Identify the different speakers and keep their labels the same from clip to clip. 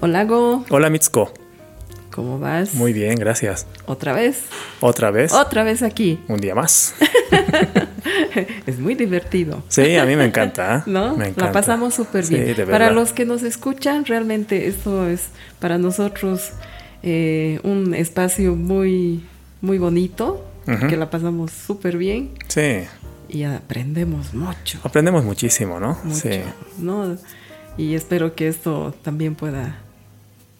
Speaker 1: Hola, Go.
Speaker 2: Hola Mitsuko.
Speaker 1: ¿Cómo vas?
Speaker 2: Muy bien, gracias.
Speaker 1: Otra vez.
Speaker 2: Otra vez.
Speaker 1: Otra vez aquí.
Speaker 2: Un día más.
Speaker 1: es muy divertido.
Speaker 2: Sí, a mí me encanta. ¿eh?
Speaker 1: ¿No?
Speaker 2: Me encanta.
Speaker 1: La pasamos súper
Speaker 2: Sí,
Speaker 1: bien.
Speaker 2: de verdad.
Speaker 1: para los que nos escuchan, realmente esto es para nosotros eh, un espacio muy, muy bonito,
Speaker 2: Ujú.
Speaker 1: que la pasamos súper bien
Speaker 2: Sí.
Speaker 1: y aprendemos mucho.
Speaker 2: Aprendemos muchísimo, ¿no?
Speaker 1: mucho
Speaker 2: Sí.
Speaker 1: ¿no? Y espero que esto también pueda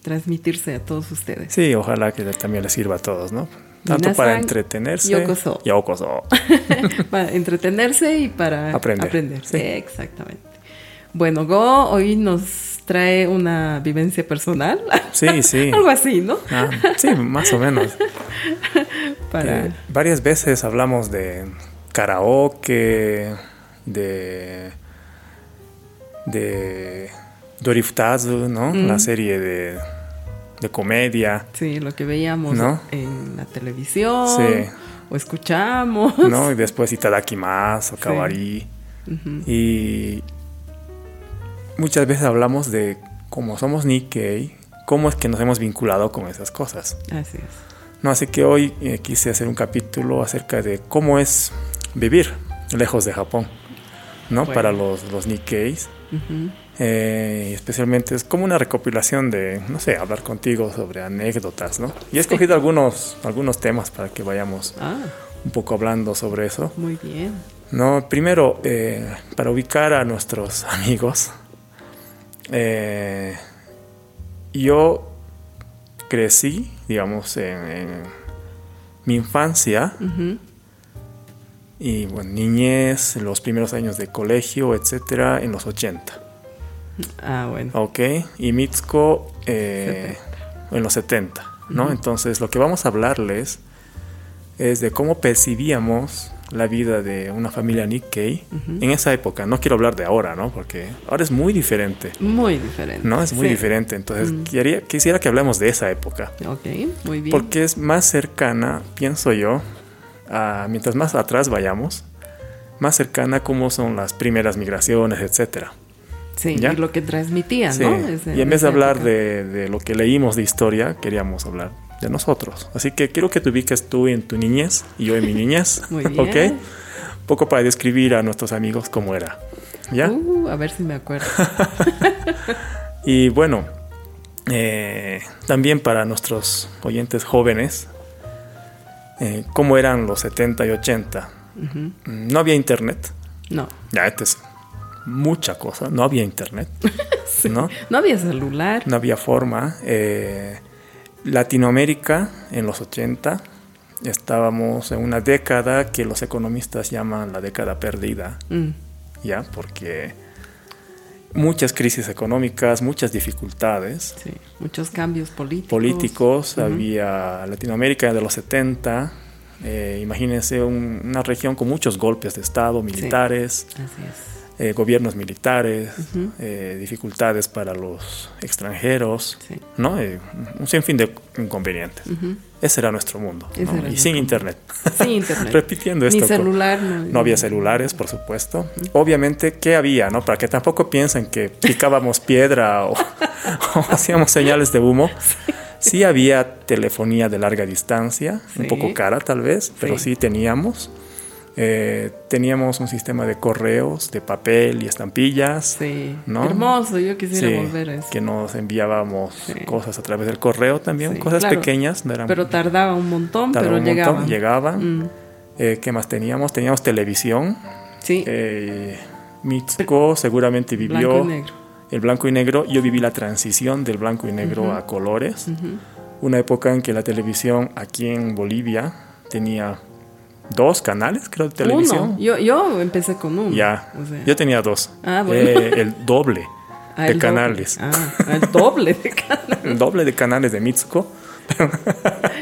Speaker 1: transmitirse a todos ustedes.
Speaker 2: Sí, ojalá que también les sirva a todos, ¿no? Tanto
Speaker 1: Minasan,
Speaker 2: para entretenerse.
Speaker 1: yokoso.
Speaker 2: Y yokoso.
Speaker 1: para entretenerse y para
Speaker 2: Aprender,
Speaker 1: aprender.
Speaker 2: sí.
Speaker 1: Exactamente. Bueno, Go hoy nos trae una vivencia personal.
Speaker 2: Sí, sí.
Speaker 1: Algo así, ¿no?
Speaker 2: Ah, sí, más o menos.
Speaker 1: Para...
Speaker 2: Eh, varias veces hablamos de karaoke, de. de. Dorifutazu, ¿no? La serie de. de comedia.
Speaker 1: Sí, lo que veíamos
Speaker 2: ¿No?
Speaker 1: en la televisión.
Speaker 2: Sí.
Speaker 1: O escuchamos.
Speaker 2: ¿no? Y después Itadaki más, o Kabari. Y muchas veces hablamos de cómo somos Nikkei, cómo es que nos hemos vinculado con esas cosas.
Speaker 1: Así es.
Speaker 2: ¿no? Así que hoy eh, quise hacer un capítulo acerca de cómo es vivir lejos de Japón, ¿no?
Speaker 1: Bueno.
Speaker 2: Para los, los Nikkeis. Eh, y especialmente es como una recopilación de, no sé, hablar contigo sobre anécdotas, ¿no? Y he escogido algunos, algunos temas para que vayamos
Speaker 1: Ah,
Speaker 2: un poco hablando sobre eso.
Speaker 1: muy bien.
Speaker 2: No, primero, eh, para ubicar a nuestros amigos, eh, yo crecí, digamos, en, en mi infancia
Speaker 1: Ujú.
Speaker 2: y bueno, niñez, los primeros años de colegio, etcétera, en los 80,
Speaker 1: Ah, bueno.
Speaker 2: ¿ok? Y Mitsuko eh, en los 70, ¿no? Entonces, lo que vamos a hablarles es de cómo percibíamos la vida de una familia Nikkei en esa época. No quiero hablar de ahora, ¿no? Porque ahora es muy diferente,
Speaker 1: Muy diferente.
Speaker 2: ¿no? Es muy
Speaker 1: Sí.
Speaker 2: diferente. Entonces, quería- quisiera que hablemos de esa época.
Speaker 1: Ok, muy bien.
Speaker 2: Porque es más cercana, pienso yo, a- mientras más atrás vayamos, más cercana a cómo son las primeras migraciones, etcétera.
Speaker 1: Sí,
Speaker 2: ¿Ya?
Speaker 1: y lo que transmitían,
Speaker 2: Sí.
Speaker 1: ¿no? Ese-
Speaker 2: y en vez
Speaker 1: esa
Speaker 2: de hablar
Speaker 1: época.
Speaker 2: de, de lo que leímos de historia, queríamos hablar de nosotros. Así que quiero que te ubiques tú en tu niñez y yo en mi niñez.
Speaker 1: Muy
Speaker 2: ¿Ok?
Speaker 1: bien.
Speaker 2: Un poco para describir a nuestros amigos cómo era. ¿Ya?
Speaker 1: Uh, a ver si me acuerdo.
Speaker 2: Y bueno, eh, también para nuestros oyentes jóvenes, eh, cómo eran los 70 y 80. Mm, No había internet.
Speaker 1: No.
Speaker 2: Ya, esta es mucha cosa. No había internet. ¿No?
Speaker 1: No había celular.
Speaker 2: No había forma. Eh, Latinoamérica en los 80 estábamos en una década que los economistas llaman la década perdida,
Speaker 1: Mm,
Speaker 2: ¿ya? Porque muchas crisis económicas, muchas dificultades
Speaker 1: sí. Muchos cambios políticos.
Speaker 2: políticos, había Latinoamérica de los 70, eh, imagínense un- una región con muchos golpes de Estado, militares,
Speaker 1: Así es.
Speaker 2: eh, gobiernos militares, eh, dificultades para los extranjeros,
Speaker 1: Sí. Mm.
Speaker 2: ¿no? Eh, un sinfín de inconvenientes. Ese era nuestro mundo.
Speaker 1: Ese
Speaker 2: ¿no?
Speaker 1: era
Speaker 2: Y
Speaker 1: nuestro
Speaker 2: sin
Speaker 1: mundo.
Speaker 2: internet.
Speaker 1: Sin internet.
Speaker 2: Repitiendo
Speaker 1: Ni
Speaker 2: esto. con-
Speaker 1: celular. No,
Speaker 2: No había celulares, por supuesto. Obviamente, ¿qué había? No? Para que tampoco piensen que picábamos piedra o, o hacíamos señales de humo. Sí había telefonía de larga distancia, un
Speaker 1: Sí.
Speaker 2: poco cara tal vez, pero
Speaker 1: Sí.
Speaker 2: sí teníamos. Eh, teníamos un sistema de correos, de papel y estampillas.
Speaker 1: Sí.
Speaker 2: ¿no?
Speaker 1: Hermoso. Yo quisiera
Speaker 2: Sí,
Speaker 1: volver a eso.
Speaker 2: que nos enviábamos
Speaker 1: Sí.
Speaker 2: cosas a través del correo también,
Speaker 1: Sí,
Speaker 2: cosas
Speaker 1: claro.
Speaker 2: pequeñas, no eran
Speaker 1: Pero tardaba un montón,
Speaker 2: tardaban
Speaker 1: pero
Speaker 2: un
Speaker 1: llegaba.
Speaker 2: montón, llegaban.
Speaker 1: Mm,
Speaker 2: Eh, ¿Qué más teníamos? Teníamos televisión.
Speaker 1: Sí.
Speaker 2: Eh, Mitsuko seguramente vivió
Speaker 1: Blanco y negro.
Speaker 2: el blanco y negro. Yo viví la transición del blanco y negro a colores. Una época en que la televisión aquí en Bolivia tenía dos canales, creo, de televisión.
Speaker 1: Uno. Yo, yo empecé con uno.
Speaker 2: Ya.
Speaker 1: O sea,
Speaker 2: Yo tenía dos.
Speaker 1: Ah, bueno.
Speaker 2: Eh, el doble
Speaker 1: ah,
Speaker 2: de
Speaker 1: el doble.
Speaker 2: canales.
Speaker 1: Ah, el doble de canales.
Speaker 2: El doble de canales de Mitsuko.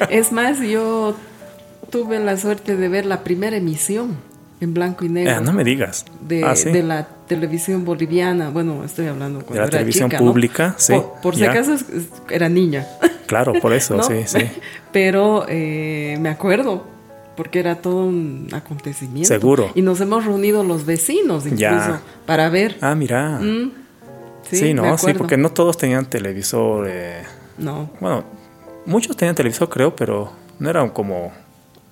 Speaker 1: Es más, yo tuve la suerte de ver la primera emisión en blanco y negro.
Speaker 2: Eh, no me digas.
Speaker 1: de,
Speaker 2: Ah, sí.
Speaker 1: de la televisión boliviana. Bueno, estoy hablando cuando
Speaker 2: De la
Speaker 1: era
Speaker 2: televisión
Speaker 1: chica, ¿no?
Speaker 2: pública, sí,
Speaker 1: Por, por si
Speaker 2: ya.
Speaker 1: acaso es- es- era niña.
Speaker 2: Claro, por eso,
Speaker 1: ¿no?
Speaker 2: sí, sí.
Speaker 1: Pero eh, me acuerdo, porque era todo un acontecimiento.
Speaker 2: Seguro.
Speaker 1: Y nos hemos reunido los vecinos incluso
Speaker 2: Ya.
Speaker 1: para ver.
Speaker 2: Ah, mira.
Speaker 1: Mm,
Speaker 2: Ah, Sí, sí no, sí, porque no todos tenían televisor. Eh,
Speaker 1: no.
Speaker 2: Bueno, muchos tenían televisor, creo, pero no era como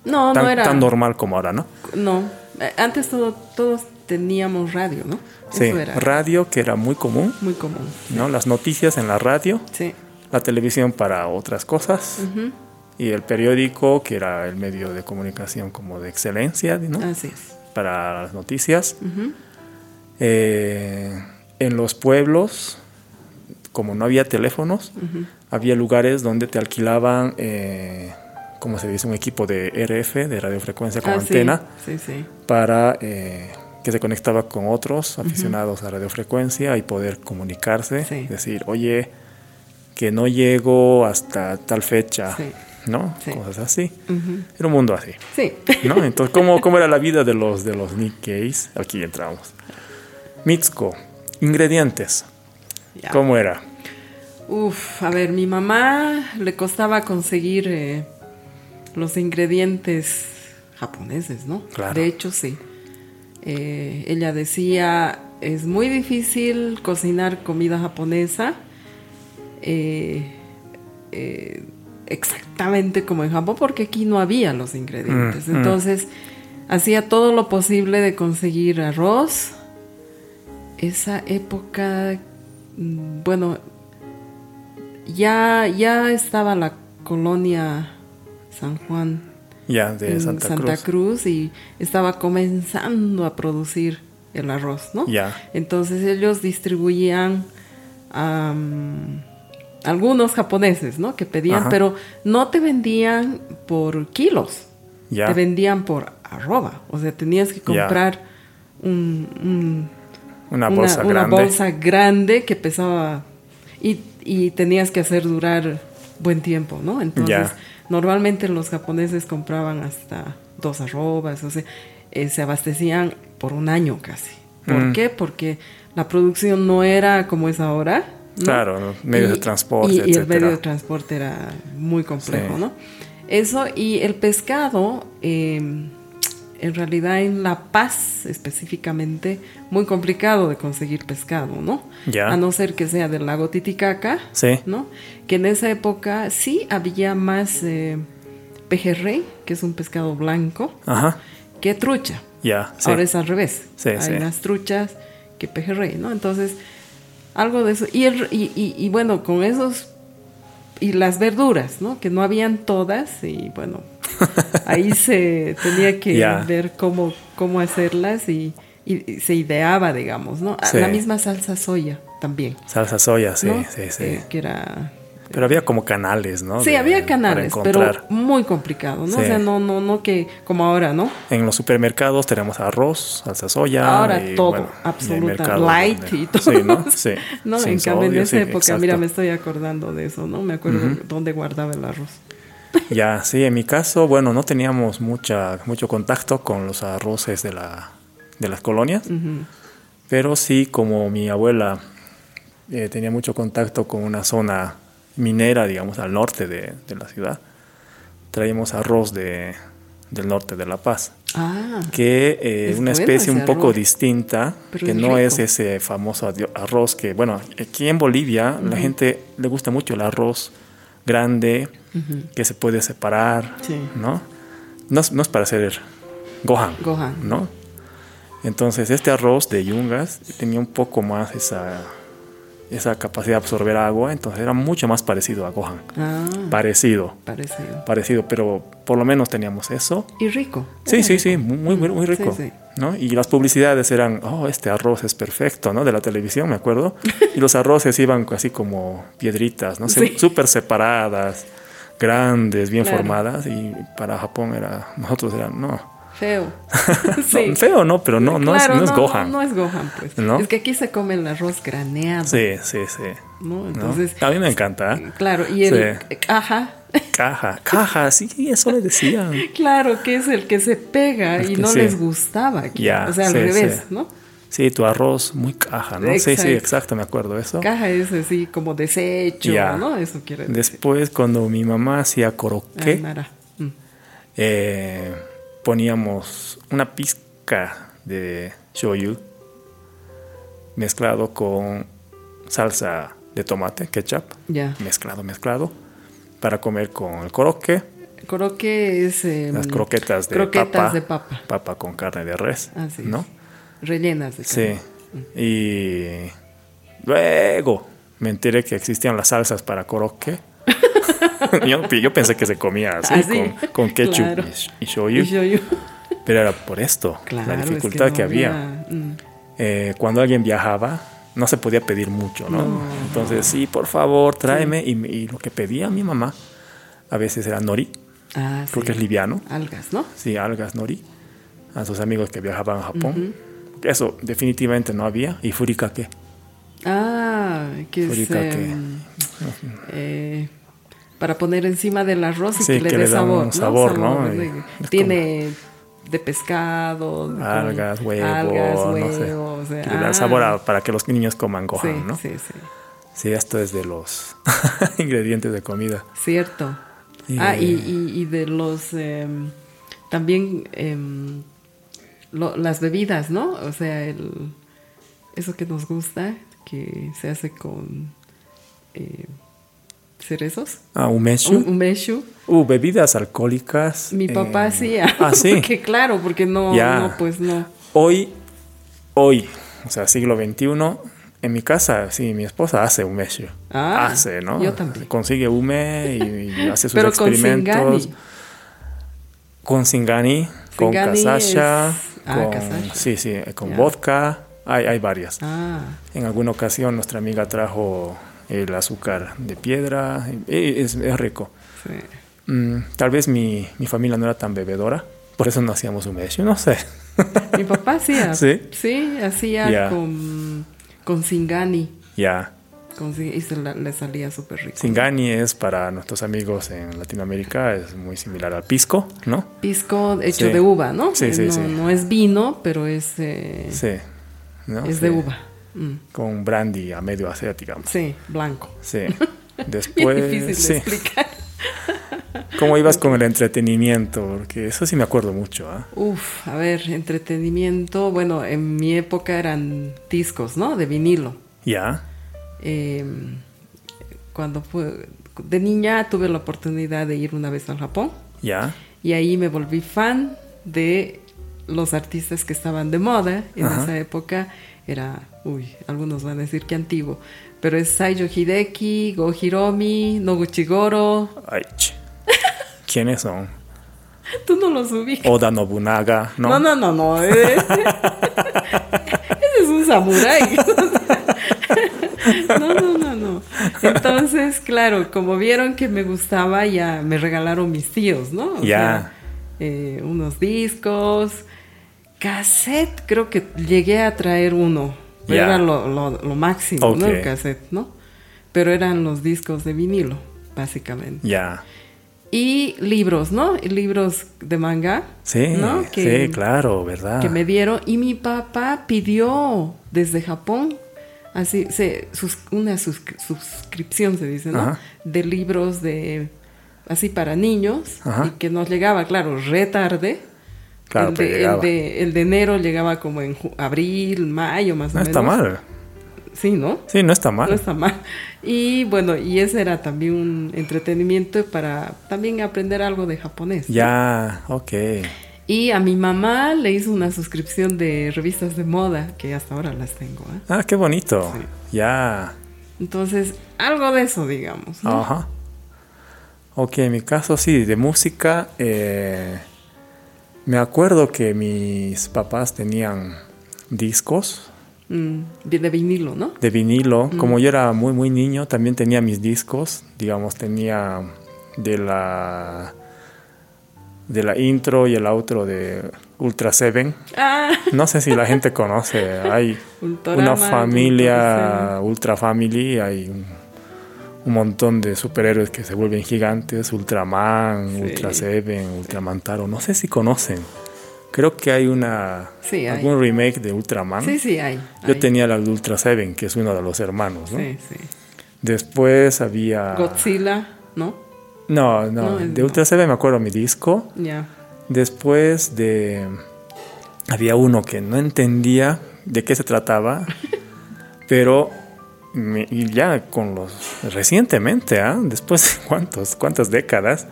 Speaker 1: no,
Speaker 2: tan,
Speaker 1: no era.
Speaker 2: tan normal como ahora, ¿no?
Speaker 1: No. Eh, Antes todo, todos teníamos radio, ¿no?
Speaker 2: Sí,
Speaker 1: Eso era
Speaker 2: radio que era muy común,
Speaker 1: muy común.
Speaker 2: ¿no? Las noticias en la radio,
Speaker 1: Sí.
Speaker 2: la televisión para otras cosas
Speaker 1: Ujú.
Speaker 2: y el periódico que era el medio de comunicación como de excelencia, ¿no?
Speaker 1: Así es.
Speaker 2: Para las noticias.
Speaker 1: Ujú.
Speaker 2: Eh, en los pueblos, como no había teléfonos, había lugares donde te alquilaban, eh, como se dice, un equipo de RF, de radiofrecuencia con
Speaker 1: Ah, sí,
Speaker 2: antena,
Speaker 1: Sí, sí.
Speaker 2: para eh, que se conectaba con otros aficionados a radiofrecuencia y poder comunicarse,
Speaker 1: Sí.
Speaker 2: decir, oye, que no llego hasta tal fecha,
Speaker 1: Sí.
Speaker 2: ¿no?
Speaker 1: Sí.
Speaker 2: Cosas así.
Speaker 1: Ujú.
Speaker 2: Era un mundo así.
Speaker 1: Sí.
Speaker 2: ¿no? Entonces, ¿cómo, cómo era la vida de los, de los Nikkeis? Aquí entramos. Mitsuko, ingredientes.
Speaker 1: Ya.
Speaker 2: ¿Cómo era?
Speaker 1: Uf, a ver, mi mamá le costaba conseguir eh, los ingredientes japoneses, ¿no?
Speaker 2: Claro.
Speaker 1: De hecho, sí. Eh, ella decía, es muy difícil cocinar comida japonesa eh, eh, exactamente como en Japón, porque aquí no había los ingredientes.
Speaker 2: Mm, mm.
Speaker 1: Entonces, hacía todo lo posible de conseguir arroz. Esa época, mm, bueno, ya, ya estaba la colonia San Juan
Speaker 2: Ya, de
Speaker 1: en
Speaker 2: Santa, Cruz.
Speaker 1: y estaba comenzando a producir el arroz, ¿no?
Speaker 2: Ya.
Speaker 1: Entonces ellos distribuían a algunos japoneses, ¿no? Que pedían,
Speaker 2: Ajá.
Speaker 1: pero no te vendían por kilos,
Speaker 2: Ya.
Speaker 1: te vendían por arroba, o sea, tenías que
Speaker 2: Ya.
Speaker 1: comprar un- un
Speaker 2: Una bolsa
Speaker 1: una
Speaker 2: grande.
Speaker 1: bolsa grande que pesaba y, y tenías que hacer durar buen tiempo, ¿no? Entonces,
Speaker 2: Ya.
Speaker 1: normalmente los japoneses compraban hasta dos arrobas, o sea, eh, se abastecían por un año casi. ¿Por
Speaker 2: Mm.
Speaker 1: qué? Porque la producción no era como es ahora. ¿no?
Speaker 2: Claro, ¿no? medios de transporte,
Speaker 1: y- y el
Speaker 2: etcétera.
Speaker 1: medio de transporte era muy complejo,
Speaker 2: Sí.
Speaker 1: ¿no? Eso y el pescado, eh, en realidad en La Paz específicamente, muy complicado de conseguir pescado, ¿no?
Speaker 2: Ya.
Speaker 1: A no ser que sea del lago Titicaca,
Speaker 2: Sí.
Speaker 1: ¿no? Que en esa época sí había más eh, pejerrey, que es un pescado blanco,
Speaker 2: Ajá.
Speaker 1: que trucha.
Speaker 2: Ya. sí.
Speaker 1: Ahora es al revés.
Speaker 2: Sí,
Speaker 1: Hay
Speaker 2: sí.
Speaker 1: más truchas que pejerrey, ¿no? Entonces, algo de eso. Y, el- y, y- y bueno, con esos. Y las verduras, ¿no? Que no habían todas, y bueno, ahí se tenía que
Speaker 2: Ya.
Speaker 1: ver cómo, cómo hacerlas y, y- y se ideaba, digamos, ¿no? Ah,
Speaker 2: Sí.
Speaker 1: La misma salsa soya también.
Speaker 2: Salsa soya, sí,
Speaker 1: ¿no?
Speaker 2: sí, sí.
Speaker 1: Eh, que era
Speaker 2: Pero había como canales, ¿no?
Speaker 1: Sí,
Speaker 2: De-
Speaker 1: había canales,
Speaker 2: para
Speaker 1: pero
Speaker 2: encontrar.
Speaker 1: muy complicado, ¿no?
Speaker 2: Sí.
Speaker 1: O sea, no, no, no que como ahora, ¿no?
Speaker 2: En los supermercados tenemos arroz, salsa soya.
Speaker 1: Ahora
Speaker 2: y,
Speaker 1: todo,
Speaker 2: bueno, y hay
Speaker 1: absoluta,
Speaker 2: mercados
Speaker 1: light
Speaker 2: donde-
Speaker 1: y todo.
Speaker 2: Sí, ¿no? Sí.
Speaker 1: No,
Speaker 2: Sin
Speaker 1: en cambio, en
Speaker 2: sodio,
Speaker 1: esa
Speaker 2: sí,
Speaker 1: época,
Speaker 2: exacto.
Speaker 1: mira, me estoy acordando de eso, ¿no? Me acuerdo dónde guardaba el arroz.
Speaker 2: Ya, sí, en mi caso, bueno, no teníamos mucha, mucho contacto con los arroces de, la, de las colonias,
Speaker 1: Ujú.
Speaker 2: pero sí, como mi abuela eh, tenía mucho contacto con una zona minera, digamos, al norte de, de la ciudad, traíamos arroz de, del norte de La Paz,
Speaker 1: Ah,
Speaker 2: que eh,
Speaker 1: Es bueno
Speaker 2: una
Speaker 1: ese
Speaker 2: especie un poco
Speaker 1: arroz.
Speaker 2: distinta,
Speaker 1: Pero
Speaker 2: que
Speaker 1: es
Speaker 2: no es
Speaker 1: rico.
Speaker 2: ese famoso adio- arroz que, bueno, aquí en Bolivia la gente le gusta mucho el arroz grande, que se puede separar,
Speaker 1: Sí.
Speaker 2: ¿no? No es, no es para hacer gohan,
Speaker 1: Gohan.
Speaker 2: ¿no? Entonces este arroz de yungas tenía un poco más esa, esa capacidad de absorber agua, entonces era mucho más parecido a gohan.
Speaker 1: ah,
Speaker 2: Parecido,
Speaker 1: parecido.
Speaker 2: parecido, pero por lo menos teníamos eso.
Speaker 1: Y rico.
Speaker 2: Sí,
Speaker 1: Era
Speaker 2: sí,
Speaker 1: rico.
Speaker 2: sí, muy, muy, muy
Speaker 1: Sí,
Speaker 2: rico.
Speaker 1: sí.
Speaker 2: ¿no? Y las publicidades eran, oh, este arroz es perfecto, ¿no? De la televisión, me acuerdo. Y los arroces iban así como piedritas, ¿no?
Speaker 1: Sí.
Speaker 2: Se- Súper separadas, grandes, bien
Speaker 1: Claro.
Speaker 2: formadas. Y para Japón era, nosotros eran, no.
Speaker 1: Feo.
Speaker 2: no, Feo, ¿no? Pero no, no,
Speaker 1: Claro,
Speaker 2: es, no es Gohan.
Speaker 1: No, es Gohan, pues.
Speaker 2: ¿No?
Speaker 1: Es que aquí se come el arroz graneado,
Speaker 2: Sí, sí, sí.
Speaker 1: ¿no?
Speaker 2: ¿no?
Speaker 1: Entonces,
Speaker 2: A mí me encanta. ¿eh?
Speaker 1: claro, y el...
Speaker 2: Sí.
Speaker 1: Ajá.
Speaker 2: Caja, caja, sí, eso le decían.
Speaker 1: Claro, que es el que se pega
Speaker 2: El
Speaker 1: y
Speaker 2: que
Speaker 1: no
Speaker 2: sí.
Speaker 1: les gustaba aquí.
Speaker 2: Ya,
Speaker 1: o sea, al
Speaker 2: sí,
Speaker 1: revés,
Speaker 2: sí.
Speaker 1: ¿no?
Speaker 2: Sí, tu arroz muy caja, ¿no? Sí, sí,
Speaker 1: Exacto.
Speaker 2: exacto, me acuerdo eso.
Speaker 1: Caja es así como desecho,
Speaker 2: Ya.
Speaker 1: ¿no? Eso quiere decir.
Speaker 2: Después, cuando mi mamá hacía coroqué,
Speaker 1: Ayunara. Mm.
Speaker 2: eh, poníamos una pizca de shoyu mezclado con salsa de tomate, ketchup,
Speaker 1: Ya.
Speaker 2: mezclado, mezclado, para comer con el coroque,
Speaker 1: Croque es. eh,
Speaker 2: las croquetas de
Speaker 1: croquetas
Speaker 2: papa,
Speaker 1: de papa.
Speaker 2: papa con carne de res,
Speaker 1: Así es.
Speaker 2: ¿no?
Speaker 1: Rellenas de
Speaker 2: Sí.
Speaker 1: carne.
Speaker 2: Y luego me enteré que existían las salsas para coroque. yo, yo pensé que se comía así,
Speaker 1: Así,
Speaker 2: con, con ketchup
Speaker 1: Ah, claro.
Speaker 2: y sh- y shoyu,
Speaker 1: Y shoyu.
Speaker 2: pero era por esto,
Speaker 1: Claro,
Speaker 2: la
Speaker 1: es
Speaker 2: dificultad que,
Speaker 1: no
Speaker 2: había.
Speaker 1: era- mm,
Speaker 2: Eh, cuando alguien viajaba, no se podía pedir mucho, ¿no? Entonces, sí, por favor, tráeme. Y, y lo que pedía mi mamá a veces era nori,
Speaker 1: Ah, sí.
Speaker 2: porque es liviano,
Speaker 1: Algas, ¿no?
Speaker 2: sí, algas nori, a sus amigos que viajaban a Japón. Eso definitivamente no había. Y furikake.
Speaker 1: Ah, que es.
Speaker 2: Furikake.
Speaker 1: em, eh, para poner encima del arroz y
Speaker 2: Sí,
Speaker 1: que le
Speaker 2: que
Speaker 1: dé
Speaker 2: le da un
Speaker 1: sabor. ¿no?
Speaker 2: sabor, ¿no?
Speaker 1: Sabor,
Speaker 2: Y
Speaker 1: de-
Speaker 2: es
Speaker 1: Tiene de pescado, de-
Speaker 2: Algas, huevo, no sé.
Speaker 1: huevo, o sea,
Speaker 2: que le dan
Speaker 1: ah,
Speaker 2: sabor a- para que los niños coman
Speaker 1: Sí,
Speaker 2: gohan, ¿no? Sí.
Speaker 1: sí, sí.
Speaker 2: esto es de los ingredientes de comida.
Speaker 1: Cierto.
Speaker 2: Y-
Speaker 1: Ah, y, y- y de los. em, también em, lo- las bebidas, ¿no? O sea, el, eso que nos gusta, que se hace con eh, cerezos.
Speaker 2: Ah, umeshu.
Speaker 1: Un, un meshu.
Speaker 2: Uh, bebidas alcohólicas.
Speaker 1: Mi
Speaker 2: eh,
Speaker 1: papá hacía.
Speaker 2: Ah, sí.
Speaker 1: Porque, claro, porque no,
Speaker 2: Ya.
Speaker 1: no, pues no.
Speaker 2: Hoy, hoy, o sea, siglo XXI, en mi casa, sí, mi esposa hace umeshu.
Speaker 1: Ah,
Speaker 2: hace, ¿no?
Speaker 1: yo también.
Speaker 2: Consigue ume y, y hace sus
Speaker 1: Pero con
Speaker 2: experimentos.
Speaker 1: singani.
Speaker 2: Con singani, con
Speaker 1: Singani es-
Speaker 2: kasasha,
Speaker 1: Ah,
Speaker 2: con,
Speaker 1: kasasha.
Speaker 2: sí, sí, eh, con
Speaker 1: Ya.
Speaker 2: vodka, hay, hay varias.
Speaker 1: Ah,
Speaker 2: En alguna ocasión nuestra amiga trajo el azúcar de piedra, y- y es, es rico.
Speaker 1: sí.
Speaker 2: Mm, tal vez mi, mi familia no era tan bebedora, por eso no hacíamos umeshu, no sé.
Speaker 1: Mi papá hacía.
Speaker 2: Sí.
Speaker 1: Sí, hacía
Speaker 2: Ya.
Speaker 1: con, con singani.
Speaker 2: Ya.
Speaker 1: Con si- y se la- le salía súper rico.
Speaker 2: Singani es para nuestros amigos en Latinoamérica, es muy similar al pisco, ¿no?
Speaker 1: Pisco hecho
Speaker 2: Sí.
Speaker 1: de uva, ¿no?
Speaker 2: Sí, sí,
Speaker 1: no,
Speaker 2: sí.
Speaker 1: no es vino, pero es, eh,
Speaker 2: Sí. ¿no?
Speaker 1: es
Speaker 2: Sí.
Speaker 1: de uva. Mm,
Speaker 2: Con brandy a medio hacer, digamos.
Speaker 1: Sí, blanco.
Speaker 2: Sí.
Speaker 1: Bien
Speaker 2: Después,
Speaker 1: difícil
Speaker 2: Pues, sí.
Speaker 1: de explicar.
Speaker 2: ¿Cómo ibas con el entretenimiento? Porque eso sí me acuerdo mucho, ¿ah?
Speaker 1: Uf, a ver, entretenimiento. Bueno, en mi época eran discos, ¿no? De vinilo.
Speaker 2: Ya.
Speaker 1: Eh, cuando fue, de niña tuve la oportunidad de ir una vez al Japón
Speaker 2: Ya.
Speaker 1: y ahí me volví fan de los artistas que estaban de moda en
Speaker 2: Ajá.
Speaker 1: esa época. Era, uy, algunos van a decir que antiguo, pero es Saiyo Hideki, Go Hiromi, Noguchigoro.
Speaker 2: Ay, ch. ¿Quiénes son?
Speaker 1: Tú no los ubicas.
Speaker 2: Oda Nobunaga, ¿no?
Speaker 1: No, no, no, no. eh. Ese es un samurái. No, no, no, no. Entonces, claro, como vieron que me gustaba, ya me regalaron mis tíos, ¿no? O
Speaker 2: Ya.
Speaker 1: sea, eh, unos discos, cassette, creo que llegué a traer uno. Pero
Speaker 2: Ya.
Speaker 1: Era lo, lo- lo máximo, ¿no? El
Speaker 2: Ok.
Speaker 1: cassette, ¿no? Pero eran los discos de vinilo, básicamente.
Speaker 2: Ya.
Speaker 1: Y libros, ¿no? Y libros de manga.
Speaker 2: Sí,
Speaker 1: ¿no?
Speaker 2: sí, claro, ¿verdad?
Speaker 1: que me dieron. Y mi papá pidió desde Japón así se, sus- una sus- suscripción, se dice, ¿no?
Speaker 2: Ajá.
Speaker 1: De libros de así para niños
Speaker 2: Ajá.
Speaker 1: y que nos llegaba, claro, re tarde.
Speaker 2: Claro,
Speaker 1: el,
Speaker 2: pero
Speaker 1: de, el,
Speaker 2: llegaba.
Speaker 1: de, el de enero llegaba como en ju- abril, mayo más
Speaker 2: No
Speaker 1: o menos.
Speaker 2: está mal.
Speaker 1: Sí, ¿no?
Speaker 2: Sí, no está mal.
Speaker 1: No está mal. Y bueno, y ese era también un entretenimiento para también aprender algo de japonés.
Speaker 2: Ya, ok.
Speaker 1: Y a mi mamá le hizo una suscripción de revistas de moda, que hasta ahora las tengo. ¿ah?
Speaker 2: Ah, qué bonito. Ya.
Speaker 1: Entonces, algo de eso, digamos. ¿no?
Speaker 2: Ajá. Ok, en mi caso sí, de música. eh, me acuerdo que mis papás tenían discos
Speaker 1: Mm, de de vinilo, ¿no?
Speaker 2: de vinilo. Como yo era muy, muy niño, también tenía mis discos. Digamos, tenía de la, de la intro y el outro de Ultra Seven.
Speaker 1: Ah,
Speaker 2: No sé si la gente conoce. Hay
Speaker 1: Ultorama,
Speaker 2: una familia Ultra Family. Hay un, un montón de superhéroes que se vuelven gigantes. Ultraman,
Speaker 1: Sí.
Speaker 2: Ultra Seven, Ultraman Taro. No sé si conocen. Creo que hay una
Speaker 1: Sí, hay.
Speaker 2: algún remake de Ultraman.
Speaker 1: sí, sí, hay.
Speaker 2: Ah. Yo
Speaker 1: hay.
Speaker 2: tenía la de Ultra Seven, que es uno de los hermanos. ¿no?
Speaker 1: Sí, sí.
Speaker 2: Después había...
Speaker 1: Godzilla, ¿no?
Speaker 2: No, no,
Speaker 1: No, es-
Speaker 2: de Ultra Seven me acuerdo mi disco.
Speaker 1: Ya.
Speaker 2: Después de... Había uno que no entendía de qué se trataba, pero me- y ya con los recientemente, ¿ah? después de cuántos, cuántas décadas,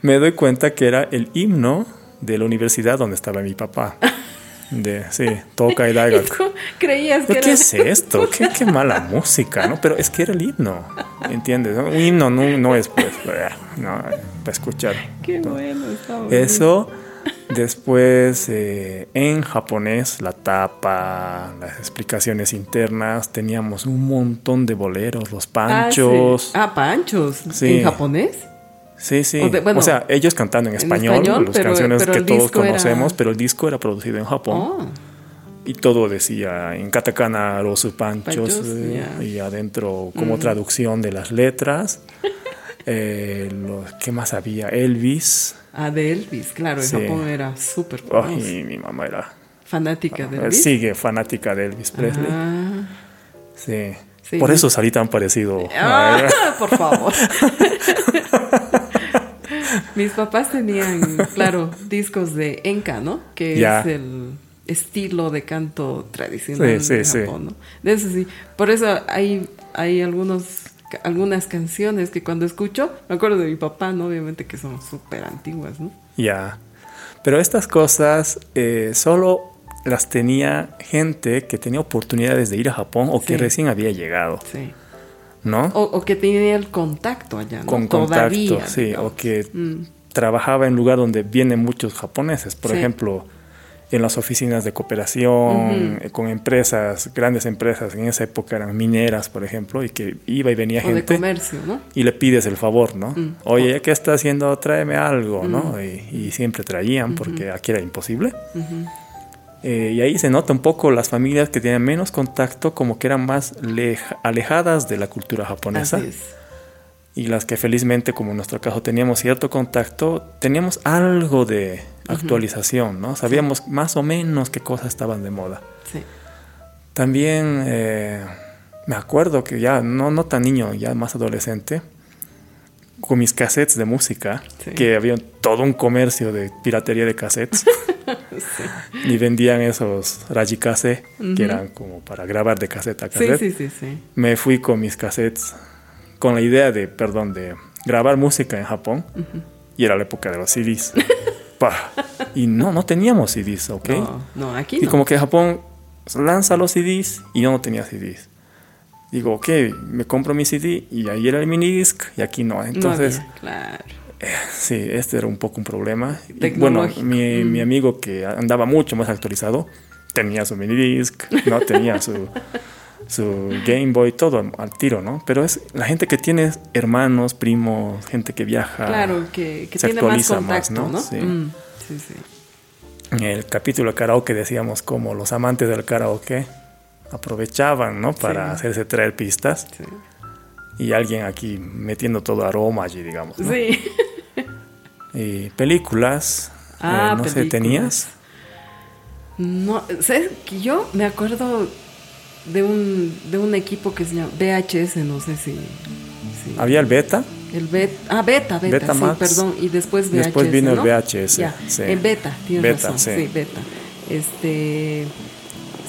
Speaker 2: me doy cuenta que era el himno de la universidad donde estaba mi papá. De, sí, toca y
Speaker 1: Y
Speaker 2: daiga.
Speaker 1: tú creías que
Speaker 2: Ah.
Speaker 1: era
Speaker 2: Pero, ¿Qué es esto? ¿Qué, qué mala música, ¿no? Pero es que era el himno, ¿entiendes? Un himno no, no es pues, no, para escuchar.
Speaker 1: Qué bueno, está bueno.
Speaker 2: Eso, después eh, en japonés, la tapa, las explicaciones internas, teníamos un montón de boleros, los
Speaker 1: Ah, sí.
Speaker 2: panchos.
Speaker 1: Ah, panchos.
Speaker 2: Sí.
Speaker 1: ¿En japonés?
Speaker 2: Sí, sí.
Speaker 1: O
Speaker 2: O,
Speaker 1: de- bueno,
Speaker 2: sea, ellos cantando en
Speaker 1: en
Speaker 2: español,
Speaker 1: español,
Speaker 2: las
Speaker 1: pero-
Speaker 2: canciones
Speaker 1: pero
Speaker 2: que
Speaker 1: el
Speaker 2: todos
Speaker 1: disco era-
Speaker 2: conocemos, pero el disco era producido en Japón.
Speaker 1: Oh,
Speaker 2: Y todo decía en katakana los panchos
Speaker 1: Panchos,
Speaker 2: eh,
Speaker 1: ya. Mm.
Speaker 2: y adentro como traducción de las letras. Eh, los- ¿Qué más había? Elvis.
Speaker 1: ah, de Elvis, claro, en
Speaker 2: Sí.
Speaker 1: Japón era súper
Speaker 2: Ay, Ah,
Speaker 1: famoso.
Speaker 2: mi mamá era
Speaker 1: fanática de Elvis.
Speaker 2: Eh, sigue fanática de Elvis Presley.
Speaker 1: Ah,
Speaker 2: Sí.
Speaker 1: Sí.
Speaker 2: Por eso salí tan parecido. a él.
Speaker 1: Ah, por favor. Mis papás tenían, claro, discos de Enka, ¿no? Que
Speaker 2: Ya.
Speaker 1: es el estilo de canto tradicional
Speaker 2: Sí, sí,
Speaker 1: de
Speaker 2: sí.
Speaker 1: Japón, ¿no? De eso sí. Por eso hay, hay algunos algunas canciones que cuando escucho, me acuerdo de mi papá, ¿no? Obviamente que son súper antiguas, ¿no?
Speaker 2: Ya. Pero estas cosas eh, solo las tenía gente que tenía oportunidades de ir a Japón o que
Speaker 1: Sí.
Speaker 2: recién había llegado,
Speaker 1: Sí.
Speaker 2: ¿no?
Speaker 1: O, o que tenía el contacto allá, ¿no?
Speaker 2: Con
Speaker 1: Todavía,
Speaker 2: contacto, sí,
Speaker 1: digamos.
Speaker 2: o que
Speaker 1: Mm.
Speaker 2: trabajaba en lugar donde vienen muchos japoneses, por
Speaker 1: Sí.
Speaker 2: ejemplo, en las oficinas de cooperación, eh, con empresas, grandes empresas, en esa época eran mineras, por ejemplo, y que iba y venía
Speaker 1: O de
Speaker 2: gente.
Speaker 1: comercio, ¿no?
Speaker 2: y le pides el favor, ¿no?
Speaker 1: Mm.
Speaker 2: Oye, ¿qué está haciendo? Tráeme algo, ¿no? Y, y siempre traían porque aquí era imposible. Eh, y ahí se nota un poco las familias que tienen menos contacto, como que eran más lej- alejadas de la cultura japonesa.
Speaker 1: Así es.
Speaker 2: Y las que felizmente, como en nuestro caso, teníamos cierto contacto, teníamos algo de actualización, ¿no? Sabíamos más o menos qué cosas estaban de moda.
Speaker 1: Sí.
Speaker 2: También eh, me acuerdo que ya, no, no tan niño, ya más adolescente, con mis cassettes de música,
Speaker 1: Sí.
Speaker 2: que había todo un comercio de piratería de cassettes. Y vendían esos rajicase, que eran como para grabar de cassette a
Speaker 1: Sí,
Speaker 2: cassette.
Speaker 1: sí, sí, sí.
Speaker 2: Me fui con mis cassettes, con la idea de, perdón, de grabar música en Japón. Y era la época de los CDs. Pa. Y no, no teníamos CDs, ¿ok?
Speaker 1: No, no, aquí
Speaker 2: Y
Speaker 1: no.
Speaker 2: como que Japón lanza los CDs y yo no tenía CDs. Digo, ok, me compro mi CD y ahí era el minidisc y aquí no.
Speaker 1: No
Speaker 2: Entonces,
Speaker 1: había, claro.
Speaker 2: sí, este era un poco un problema. Y bueno,
Speaker 1: Tecnológico. Mm.
Speaker 2: mi, mi amigo que andaba mucho más actualizado tenía su minidisc, ¿no? tenía su, su Game Boy, todo al tiro, ¿no? Pero es la gente que tiene hermanos, primos, gente que viaja.
Speaker 1: claro, que, que
Speaker 2: ah, se
Speaker 1: tiene más
Speaker 2: actualiza más,
Speaker 1: contacto,
Speaker 2: ¿no?
Speaker 1: ¿no?
Speaker 2: Sí.
Speaker 1: Mm, sí, sí.
Speaker 2: En el capítulo de karaoke decíamos como los amantes del karaoke aprovechaban, ¿no? Para
Speaker 1: Sí.
Speaker 2: hacerse traer pistas
Speaker 1: sí.
Speaker 2: y alguien aquí metiendo todo aroma allí, digamos. ¿no?
Speaker 1: Sí.
Speaker 2: Y películas,
Speaker 1: Ah,
Speaker 2: eh, no sé,
Speaker 1: películas.
Speaker 2: tenías.
Speaker 1: No, ¿sabes? que Yo me acuerdo de un, de un equipo que se llama VHS, no sé si. si-
Speaker 2: Había el beta,
Speaker 1: El beta, ah, beta, beta, sí,
Speaker 2: Betamax.
Speaker 1: perdón. Y después VHS.
Speaker 2: Después vino el
Speaker 1: ¿no?
Speaker 2: VHS,
Speaker 1: Ya,
Speaker 2: sí.
Speaker 1: el beta, tienes
Speaker 2: Beta,
Speaker 1: razón.
Speaker 2: sí.
Speaker 1: Sí. beta. Este.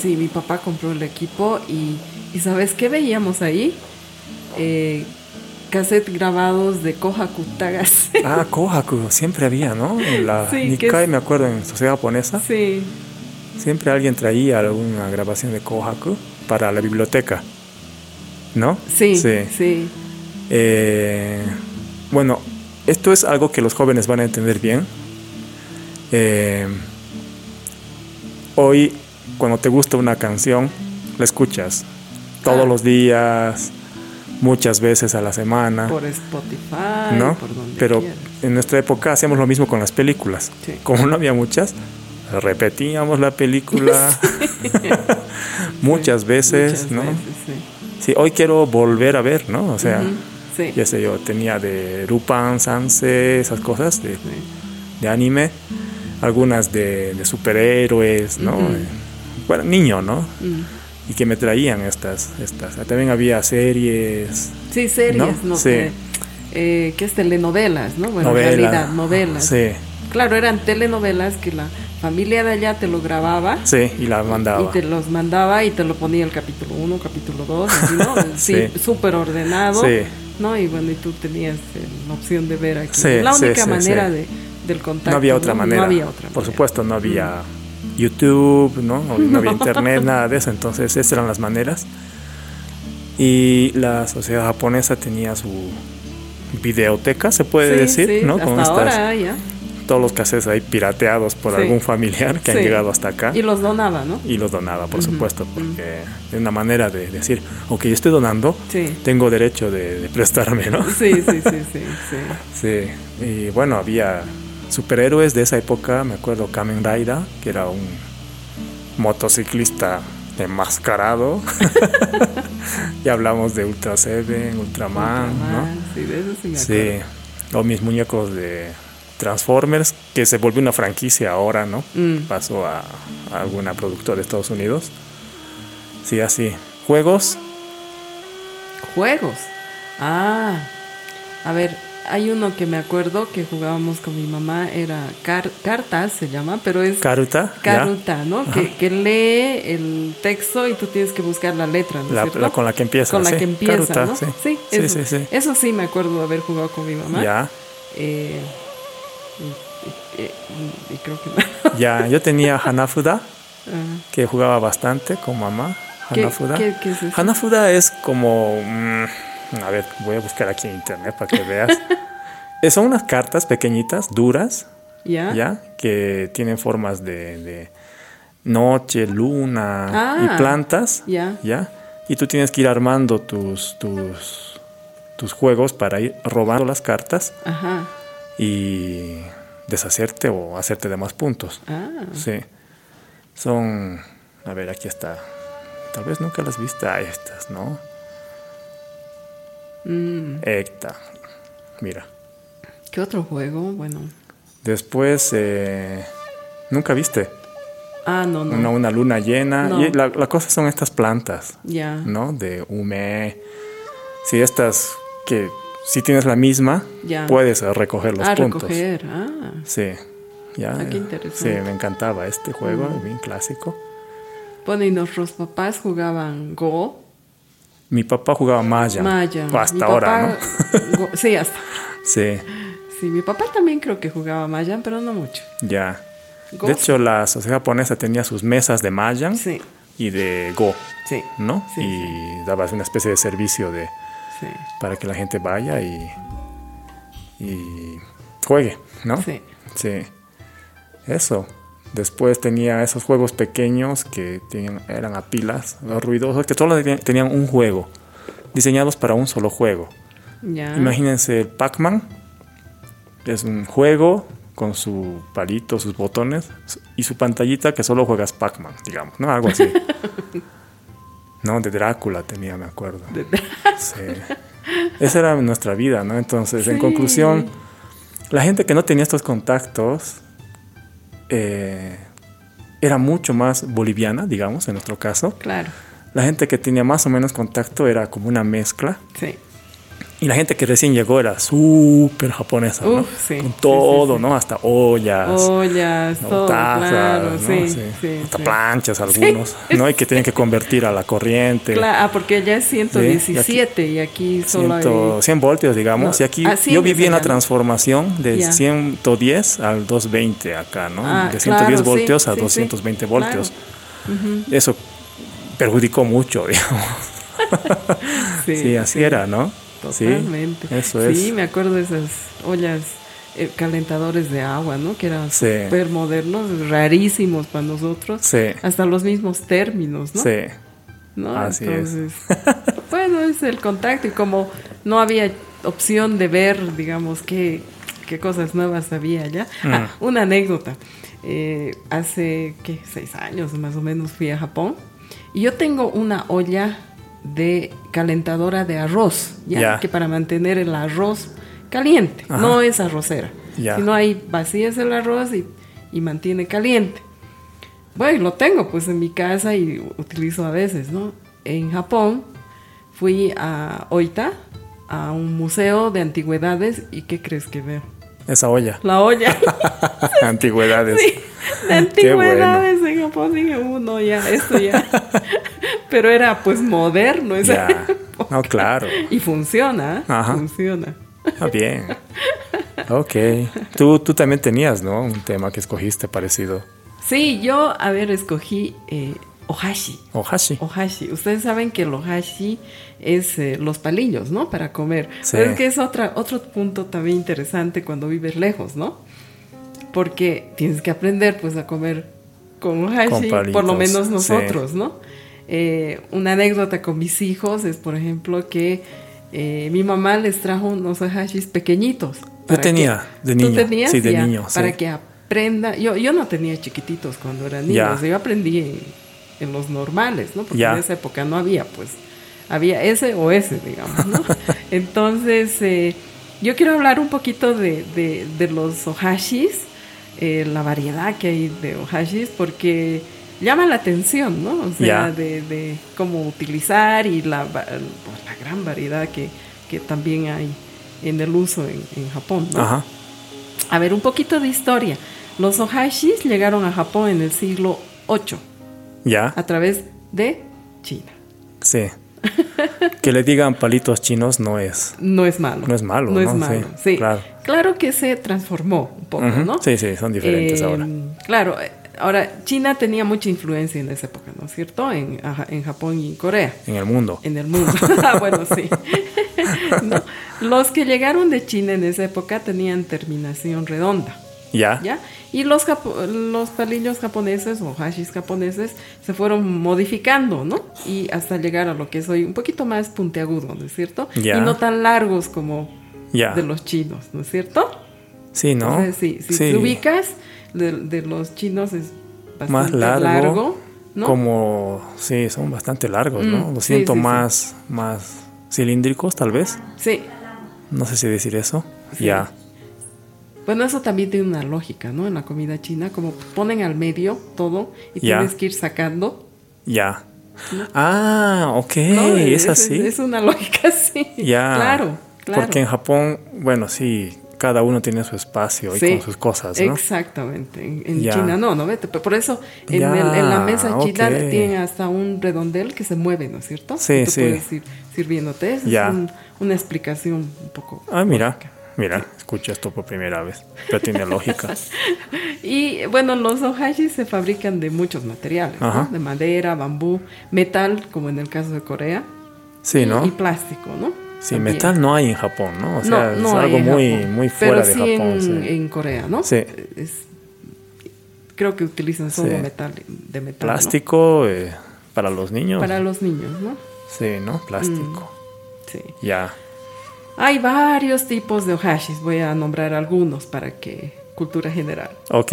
Speaker 1: Sí, mi papá compró el equipo y, y ¿sabes qué veíamos ahí? Eh, cassette grabados de Kohaku Tagase.
Speaker 2: ah, Kohaku, siempre había, ¿no? En la
Speaker 1: Sí, que
Speaker 2: Nikkei,
Speaker 1: es-
Speaker 2: me acuerdo, en Sociedad Japonesa,
Speaker 1: sí,
Speaker 2: siempre alguien traía alguna grabación de Kohaku para la biblioteca, ¿no?
Speaker 1: sí, sí,
Speaker 2: Eh, bueno, esto es algo que los jóvenes van a entender bien. Eh, hoy, cuando te gusta una canción, la escuchas todos
Speaker 1: Ah.
Speaker 2: los días, muchas veces a la semana,
Speaker 1: Por Spotify,
Speaker 2: Ah. ¿no?
Speaker 1: por donde
Speaker 2: Pero
Speaker 1: quieras.
Speaker 2: en nuestra época hacíamos lo mismo con las películas.
Speaker 1: Sí.
Speaker 2: Como no había muchas, repetíamos la película muchas veces,
Speaker 1: Muchas
Speaker 2: ¿no?
Speaker 1: veces, sí.
Speaker 2: Sí, hoy quiero volver a ver, ¿no? O sea
Speaker 1: Ujú, sí.
Speaker 2: ya sé yo, tenía de Rupan, Sanse, esas cosas de,
Speaker 1: sí.
Speaker 2: de anime, algunas de, de superhéroes, ¿no? Eh, Bueno, niño, ¿no?
Speaker 1: Mm.
Speaker 2: Y que me traían estas, estas. También había series,
Speaker 1: Sí, series,
Speaker 2: ¿No?
Speaker 1: ¿no?
Speaker 2: Sí.
Speaker 1: sé. Eh, ¿Qué es telenovelas, no? Bueno, en
Speaker 2: novelas.
Speaker 1: realidad, novelas.
Speaker 2: Sí,
Speaker 1: Claro, eran telenovelas que la familia de allá te lo grababa.
Speaker 2: Sí, y la mandaba.
Speaker 1: Y te los mandaba y te lo ponía el capítulo 1, capítulo 2, así, ¿no? Sí,
Speaker 2: Sí.
Speaker 1: súper ordenado.
Speaker 2: Sí.
Speaker 1: ¿No? Y bueno, y tú tenías eh, la opción de ver aquí.
Speaker 2: Sí,
Speaker 1: la
Speaker 2: sí,
Speaker 1: única
Speaker 2: sí,
Speaker 1: manera
Speaker 2: sí.
Speaker 1: De, del contacto.
Speaker 2: No había otra manera.
Speaker 1: No había otra
Speaker 2: Por
Speaker 1: manera.
Speaker 2: supuesto, no había YouTube, ¿no? O no había internet, nada de eso. Entonces, esas eran las maneras. Y la sociedad japonesa tenía su videoteca, se puede
Speaker 1: Sí,
Speaker 2: decir,
Speaker 1: sí,
Speaker 2: ¿no?
Speaker 1: Hasta
Speaker 2: Con estas-
Speaker 1: ahora ya.
Speaker 2: todos los cassettes ahí pirateados por
Speaker 1: Sí.
Speaker 2: algún familiar que han
Speaker 1: Sí.
Speaker 2: llegado hasta acá.
Speaker 1: Y los donaba, ¿no?
Speaker 2: Ah. y los donaba, por
Speaker 1: Ujú,
Speaker 2: supuesto, porque es una manera de decir, ok, yo estoy donando,
Speaker 1: Sí.
Speaker 2: tengo derecho de, de prestarme, ¿no?
Speaker 1: Sí, sí, sí, sí, sí.
Speaker 2: Sí, y bueno, había superhéroes de esa época, me acuerdo Kamen Rider, que era un motociclista enmascarado. ya hablamos de Ultra Seven, Ultraman,
Speaker 1: Ultraman,
Speaker 2: ¿no?
Speaker 1: Sí, de eso sí me acuerdo.
Speaker 2: Sí, o mis muñecos de Transformers, que se volvió una franquicia ahora, ¿no?
Speaker 1: Mm.
Speaker 2: Pasó a, a alguna productora de Estados Unidos. Sí, así. Juegos,
Speaker 1: Juegos. Ah, a ver, hay uno que me acuerdo que jugábamos con mi mamá, era car- cartas, se llama, pero es
Speaker 2: Karuta, ¿ya?
Speaker 1: caruta, ¿no? Que, que lee el texto y tú tienes que buscar la letra, ¿no es
Speaker 2: La-
Speaker 1: cierto?
Speaker 2: la con la que empieza,
Speaker 1: Con la
Speaker 2: sí,
Speaker 1: que empieza,
Speaker 2: Karuta,
Speaker 1: ¿no?
Speaker 2: sí.
Speaker 1: Sí,
Speaker 2: Sí,
Speaker 1: eso,
Speaker 2: sí, sí.
Speaker 1: eso sí me acuerdo de haber jugado con mi mamá.
Speaker 2: ya.
Speaker 1: Eh, y, y- y creo que...
Speaker 2: Ya, yo tenía Hanafuda,
Speaker 1: Ah,
Speaker 2: que jugaba bastante con mamá.
Speaker 1: ¿Qué-
Speaker 2: Hanafuda.
Speaker 1: qué- qué es eso?
Speaker 2: Hanafuda es como. mm, a ver, voy a buscar aquí en internet para que veas. Eh, Son unas cartas pequeñitas, duras,
Speaker 1: ¿Ya?
Speaker 2: ¿ya? Que tienen formas de, de noche, luna
Speaker 1: Ah,
Speaker 2: y plantas,
Speaker 1: ya.
Speaker 2: ¿ya? Y tú tienes que ir armando tus, tus, tus juegos para ir robando las cartas
Speaker 1: Ajá.
Speaker 2: y deshacerte o hacerte de más puntos.
Speaker 1: Ah,
Speaker 2: Sí. Son. A ver, aquí está. Tal vez nunca las viste a estas, ¿no?
Speaker 1: Mm.
Speaker 2: Ecta. Mira.
Speaker 1: ¿qué otro juego? Bueno...
Speaker 2: Después. eh, nunca viste.
Speaker 1: Ah, no, no.
Speaker 2: Una, una luna llena.
Speaker 1: No. Ah.
Speaker 2: Y la, la cosa son estas plantas,
Speaker 1: Ya.
Speaker 2: ¿no? De hume. Sí, estas que si tienes la misma,
Speaker 1: Ya.
Speaker 2: puedes eh, recoger los
Speaker 1: ah,
Speaker 2: puntos.
Speaker 1: recoger. Ah,
Speaker 2: Sí. Ya.
Speaker 1: Ah, qué
Speaker 2: eh,
Speaker 1: interesante. Mm.
Speaker 2: Sí, me encantaba este juego, bien clásico.
Speaker 1: bueno, y nuestros papás jugaban Go,
Speaker 2: Mi papá jugaba Maya.
Speaker 1: Maya.
Speaker 2: Hasta
Speaker 1: Mi
Speaker 2: ahora,
Speaker 1: papá- Go- sí, hasta.
Speaker 2: ¿no? Sí,
Speaker 1: Sí, mi papá también creo que jugaba Mayan, pero no mucho.
Speaker 2: ya.
Speaker 1: Go.
Speaker 2: De hecho, la sociedad japonesa tenía sus mesas de Mayan
Speaker 1: Sí,
Speaker 2: y de Go,
Speaker 1: sí,
Speaker 2: ¿no?
Speaker 1: Sí,
Speaker 2: y dabas una especie de servicio de
Speaker 1: sí,
Speaker 2: para que la gente vaya y, y juegue, ¿no?
Speaker 1: sí.
Speaker 2: Sí. Eso. Después tenía esos juegos pequeños que tenían- eran a pilas, ruidosos, que todos tenían- tenían un juego, diseñados para un solo juego.
Speaker 1: Ya.
Speaker 2: Imagínense el Pac-Man. Es un juego con su palito, sus botones su- y su pantallita que solo juegas Pac-Man, digamos, ¿no? Algo así. no, de Drácula tenía, me acuerdo. Sí. Esa era nuestra vida, ¿no? Entonces, en
Speaker 1: Sí.
Speaker 2: conclusión, la gente que no tenía estos contactos eh, era mucho más boliviana, digamos, en nuestro caso.
Speaker 1: Claro,
Speaker 2: La gente que tenía más o menos contacto era como una mezcla.
Speaker 1: sí.
Speaker 2: Y la gente que recién llegó era súper japonesa, ¿no?
Speaker 1: Uf, sí,
Speaker 2: Con
Speaker 1: sí,
Speaker 2: todo,
Speaker 1: sí, sí.
Speaker 2: ¿no? Hasta ollas,
Speaker 1: Ollas,
Speaker 2: ¿no?
Speaker 1: todo,
Speaker 2: tazas,
Speaker 1: claro,
Speaker 2: ¿no?
Speaker 1: sí,
Speaker 2: Sí.
Speaker 1: sí, sí.
Speaker 2: Hasta planchas algunos, ¿no? Y que tienen que convertir a la corriente.
Speaker 1: Cla- ah, porque allá es 117 y aquí, solo hay...
Speaker 2: 100, 100 voltios, digamos.
Speaker 1: No,
Speaker 2: y aquí
Speaker 1: a 100
Speaker 2: yo viví en la
Speaker 1: se llama.
Speaker 2: transformación de
Speaker 1: Ya.
Speaker 2: 110 al 220 acá, ¿no?
Speaker 1: Ah,
Speaker 2: de 110
Speaker 1: claro, sí,
Speaker 2: voltios a
Speaker 1: sí, sí.
Speaker 2: 220
Speaker 1: Claro.
Speaker 2: voltios. Eso perjudicó mucho, digamos.
Speaker 1: Sí.
Speaker 2: Sí, así era, ¿no? Sí,
Speaker 1: Totalmente.
Speaker 2: eso es.
Speaker 1: Sí, me acuerdo de esas ollas eh, calentadores de agua, ¿no? Que eran
Speaker 2: Sí.
Speaker 1: súper modernos, rarísimos para nosotros.
Speaker 2: Sí.
Speaker 1: Hasta los mismos términos, ¿no?
Speaker 2: Sí,
Speaker 1: ¿No?
Speaker 2: así es.
Speaker 1: Entonces, bueno, es el contacto y como no había opción de ver, digamos, qué, qué cosas nuevas había ya.
Speaker 2: Mm.
Speaker 1: Ah, una anécdota. Eh, hace, ¿qué? Seis años más o menos fui a Japón y yo tengo una olla de calentadora de arroz, ya,
Speaker 2: Ya.
Speaker 1: que para mantener el arroz caliente,
Speaker 2: Ajá.
Speaker 1: no es arrocera,
Speaker 2: Ya.
Speaker 1: sino ahí vacías el arroz y, y mantiene caliente. Bueno, lo tengo pues en mi casa y utilizo a veces, ¿no? En Japón fui a Oita, a un museo de antigüedades y ¿qué crees que veo?
Speaker 2: Esa olla.
Speaker 1: La olla.
Speaker 2: Antigüedades.
Speaker 1: Sí, de
Speaker 2: Qué bueno.
Speaker 1: antigüedades en Japón dije, uno ya, esto ya. Pero era pues moderno ese
Speaker 2: Ya. No, claro.
Speaker 1: Y funciona, ¿eh?
Speaker 2: Ajá.
Speaker 1: funciona.
Speaker 2: Ah, bien. Ok. Tú, tú también tenías, ¿no? Un tema que escogiste parecido.
Speaker 1: Sí, yo, a ver, escogí eh, ohashi.
Speaker 2: Ohashi.
Speaker 1: Ohashi. Ustedes saben que el ohashi es eh, los palillos, ¿no? Para comer.
Speaker 2: Sí.
Speaker 1: Pero es que es otra, otro punto también interesante cuando vives lejos, ¿no? Porque tienes que aprender, pues, a comer con ohashi,
Speaker 2: Con
Speaker 1: por lo
Speaker 2: palitos,
Speaker 1: menos
Speaker 2: sí.
Speaker 1: nosotros, ¿no? Eh, una anécdota con mis hijos es, por ejemplo, que eh, mi mamá les trajo unos ohashis pequeñitos. para
Speaker 2: tenía, de
Speaker 1: ¿Tú
Speaker 2: niño.
Speaker 1: tenías?
Speaker 2: Sí, de
Speaker 1: Ya,
Speaker 2: niño, sí.
Speaker 1: Para que aprenda. Yo, yo no tenía chiquititos cuando era niño.
Speaker 2: Ya.
Speaker 1: o sea, yo aprendí en, en los normales, ¿no? Porque
Speaker 2: Ya.
Speaker 1: en esa época no había, pues. Había ese o ese, digamos, ¿no? Entonces, eh, yo quiero hablar un poquito de, de- de los ohashis, eh, la variedad que hay de ohashis, porque llama la atención, ¿no? O sea,
Speaker 2: Ya.
Speaker 1: de, de cómo utilizar y la, va- pues, la gran variedad que, que también hay en el uso en, en Japón, ¿no?
Speaker 2: Ajá.
Speaker 1: A ver, un poquito de historia. Los ohashis llegaron a Japón en el siglo VIII
Speaker 2: Ya.
Speaker 1: a través de China.
Speaker 2: Sí. Que le digan palitos chinos no es.
Speaker 1: No es malo.
Speaker 2: No es malo,
Speaker 1: No es
Speaker 2: ¿no?
Speaker 1: malo. Sí.
Speaker 2: Sí, claro.
Speaker 1: que se transformó un poco,
Speaker 2: Ujú.
Speaker 1: ¿no?
Speaker 2: Sí, sí, son diferentes
Speaker 1: Eh,
Speaker 2: ahora.
Speaker 1: Claro, eh, ahora China tenía mucha influencia en esa época, ¿no es cierto? En, ajá, en Japón y en Corea.
Speaker 2: En el mundo.
Speaker 1: En el mundo. Ah, bueno, sí. ¿No? Los que llegaron de China en esa época tenían terminación redonda.
Speaker 2: Ya.
Speaker 1: ¿ya? Y los, japo- los palillos japoneses o hashis japoneses se fueron modificando, ¿no? Y hasta llegar a lo que es hoy un poquito más puntiagudo, ¿no es cierto?
Speaker 2: Ya.
Speaker 1: Y no tan largos como
Speaker 2: Ya.
Speaker 1: de los chinos, ¿no es cierto?
Speaker 2: Sí, ¿no?
Speaker 1: Entonces, sí, si te ubicas, de, de los chinos es bastante
Speaker 2: Más largo.
Speaker 1: ¿no?
Speaker 2: Como, sí, son bastante largos, ¿no?
Speaker 1: Mm,
Speaker 2: Lo
Speaker 1: sí,
Speaker 2: siento
Speaker 1: sí, sí.
Speaker 2: más, más cilíndricos, tal vez.
Speaker 1: Sí.
Speaker 2: No sé si decir eso.
Speaker 1: Sí.
Speaker 2: Ya.
Speaker 1: Bueno, eso también tiene una lógica, ¿no? En la comida china, como ponen al medio todo y
Speaker 2: Ya.
Speaker 1: tienes que ir sacando.
Speaker 2: Ya. Ah, ok,
Speaker 1: ¿no?
Speaker 2: es
Speaker 1: Es-
Speaker 2: así.
Speaker 1: Es una lógica así.
Speaker 2: ya.
Speaker 1: Claro, claro.
Speaker 2: Porque en Japón, bueno, sí, cada uno tiene su espacio y
Speaker 1: Sí,
Speaker 2: con sus cosas, ¿no?
Speaker 1: Exactamente. En, en
Speaker 2: Ya.
Speaker 1: China no, ¿no? Vete, pe- Por eso en,
Speaker 2: Ya,
Speaker 1: el- en la mesa china
Speaker 2: ok.
Speaker 1: tienen hasta un redondel que se mueve, ¿no es cierto?
Speaker 2: Sí,
Speaker 1: Y tú
Speaker 2: sí.
Speaker 1: puedes ir sirviéndote. Esa
Speaker 2: Ya.
Speaker 1: es un- una explicación un poco.
Speaker 2: Ah, mira, mira, escucho esto por primera vez, pero tiene lógica.
Speaker 1: Y bueno, los ohashis se fabrican de muchos materiales, ¿no?
Speaker 2: Ajá.
Speaker 1: De madera, bambú, metal, como en el caso de Corea,
Speaker 2: Sí, ¿no?
Speaker 1: y plástico, ¿no?
Speaker 2: Sí,
Speaker 1: También.
Speaker 2: metal no hay en Japón, ¿no? O sea, es
Speaker 1: hay
Speaker 2: algo
Speaker 1: en
Speaker 2: muy,
Speaker 1: Japón.
Speaker 2: muy fuera
Speaker 1: Pero
Speaker 2: de
Speaker 1: sí
Speaker 2: Japón.
Speaker 1: en,
Speaker 2: sí.
Speaker 1: en Corea, ¿no?
Speaker 2: Sí.
Speaker 1: Es- creo que utilizan solo
Speaker 2: Sí.
Speaker 1: metal, de metal. ¿no?
Speaker 2: Plástico eh, para los niños.
Speaker 1: Para Mm. los niños, ¿no?
Speaker 2: Sí, ¿no? Plástico.
Speaker 1: Sí.
Speaker 2: Ya.
Speaker 1: Hay varios tipos de ohashis, voy a nombrar algunos para que cultura general.
Speaker 2: Ok.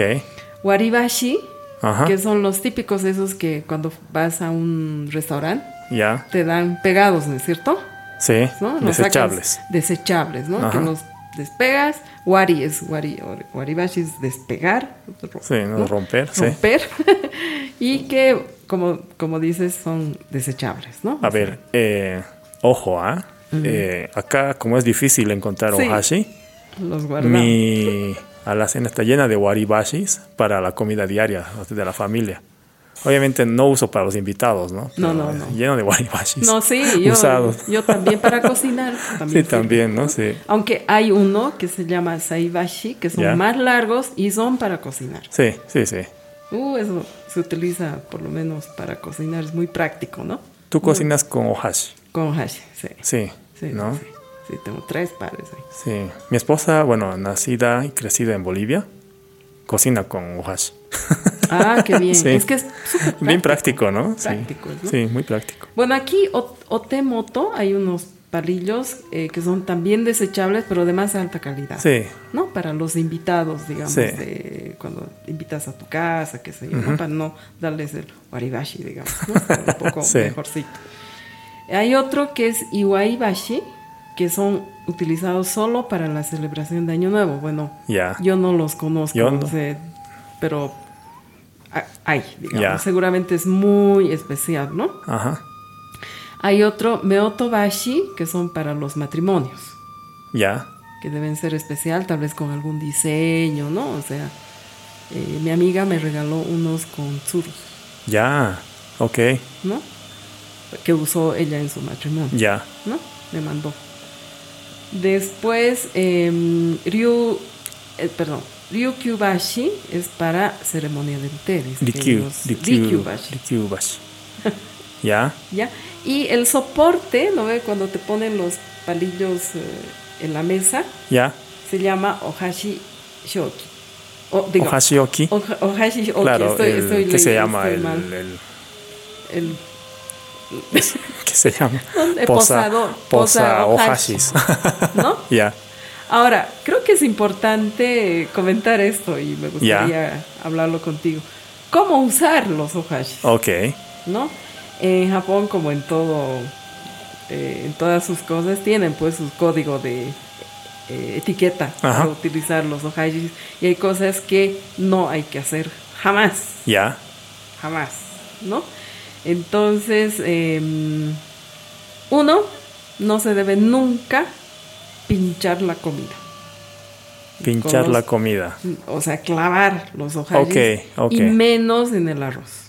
Speaker 1: Waribashi,
Speaker 2: Ajá.
Speaker 1: que son los típicos esos que cuando vas a un restaurante
Speaker 2: Ya.
Speaker 1: te dan pegados, ¿no es cierto?
Speaker 2: Sí.
Speaker 1: ¿no? Los
Speaker 2: Desechables.
Speaker 1: sacas desechables, ¿no?
Speaker 2: Ajá.
Speaker 1: Que los despegas. Wari es wari, or- waribashi es despegar. ro-
Speaker 2: Sí, ¿no? Romper, sí.
Speaker 1: Romper. y que, como, como dices, son desechables, ¿no?
Speaker 2: A ver, eh, ojo, ¿ah? Eh, acá, como es difícil encontrar
Speaker 1: Sí.
Speaker 2: ohashi,
Speaker 1: Los guardamos.
Speaker 2: mi alacena está llena de waribashis para la comida diaria de la familia. Obviamente no uso para los invitados, ¿no?
Speaker 1: No,
Speaker 2: Pero
Speaker 1: no,
Speaker 2: es
Speaker 1: no.
Speaker 2: Lleno de waribashis.
Speaker 1: No, sí, yo,
Speaker 2: Usados.
Speaker 1: yo también para cocinar.
Speaker 2: Sí,
Speaker 1: También sirve.
Speaker 2: también, ¿no? Sí.
Speaker 1: Aunque hay uno que se llama saibashi, que son
Speaker 2: Ya.
Speaker 1: más largos y son para cocinar.
Speaker 2: Sí, sí, sí.
Speaker 1: Uh, eso se utiliza por lo menos para cocinar, es muy práctico, ¿no?
Speaker 2: Tú cocinas con ohashi.
Speaker 1: Con hashi, sí.
Speaker 2: Sí,
Speaker 1: Sí,
Speaker 2: ¿no?
Speaker 1: sí, sí. Sí, tengo tres pares ahí.
Speaker 2: Sí. Mi esposa, bueno, nacida y crecida en Bolivia, cocina con ohashi.
Speaker 1: Ah, qué bien.
Speaker 2: Sí.
Speaker 1: Es que es súper práctico.
Speaker 2: Bien práctico, ¿no? Sí.
Speaker 1: Práctico, ¿no?
Speaker 2: Sí, muy práctico.
Speaker 1: Bueno, aquí o- Otemoto hay unos palillos eh, que son también desechables, pero de más alta calidad.
Speaker 2: Sí,
Speaker 1: ¿No? Para los invitados, digamos,
Speaker 2: Sí.
Speaker 1: de cuando invitas a tu casa, qué sé yo, ¿no? para no darles el waribashi, digamos, ¿no? un poco
Speaker 2: Sí.
Speaker 1: mejorcito. Hay otro que es iwaibashi, que son utilizados solo para la celebración de Año Nuevo. Bueno,
Speaker 2: ya.
Speaker 1: yo no los conozco,
Speaker 2: Yo
Speaker 1: no
Speaker 2: no.
Speaker 1: sé, pero ha- hay, digamos.
Speaker 2: Ya.
Speaker 1: Seguramente es muy especial, ¿no?
Speaker 2: Ajá.
Speaker 1: Hay otro, meotobashi, que son para los matrimonios,
Speaker 2: Ya.
Speaker 1: que que deben ser especial, tal vez con algún diseño, ¿no? O sea, eh, mi amiga me regaló unos con churros,
Speaker 2: Ya, ok,
Speaker 1: ¿no? Que usó ella en su matrimonio.
Speaker 2: ya.
Speaker 1: ¿no? Me mandó. Después, em, Ryu, eh, perdón, Ryukyubashi es para ceremonia de ustedes.
Speaker 2: DQ,
Speaker 1: queridos.
Speaker 2: DQ,
Speaker 1: Ryukyubashi,
Speaker 2: DQ Bash. Ya,
Speaker 1: ¿ya? Y el soporte, ¿no ve? Cuando te ponen los palillos eh, en la mesa,
Speaker 2: ya.
Speaker 1: se llama Ohashi Shoki. O, digo,
Speaker 2: Ohashioki.
Speaker 1: Oha- Ohashi Shoki.
Speaker 2: claro,
Speaker 1: estoy,
Speaker 2: el-
Speaker 1: estoy
Speaker 2: ¿qué se
Speaker 1: leyendo,
Speaker 2: llama?
Speaker 1: estoy
Speaker 2: El,
Speaker 1: mal.
Speaker 2: el-
Speaker 1: El-
Speaker 2: ¿Qué se llama?
Speaker 1: El posador, posa
Speaker 2: Posa Ohashis.
Speaker 1: ¿no?
Speaker 2: ya,
Speaker 1: Ahora, creo que es importante comentar esto y me gustaría hablarlo contigo. ¿Cómo usar los ohashis?
Speaker 2: ok.
Speaker 1: ¿No? En Japón, como en todo, eh, en todas sus cosas, tienen pues su código de eh, etiqueta
Speaker 2: Ajá.
Speaker 1: para utilizar los ohashis. Y hay cosas que no hay que hacer jamás
Speaker 2: Ya,
Speaker 1: jamás, ¿no? Entonces, eh, uno, no se debe nunca pinchar la comida.
Speaker 2: pinchar
Speaker 1: Con
Speaker 2: la
Speaker 1: los-
Speaker 2: comida.
Speaker 1: O sea, clavar los ojales
Speaker 2: Ok, ok.
Speaker 1: y menos en el arroz.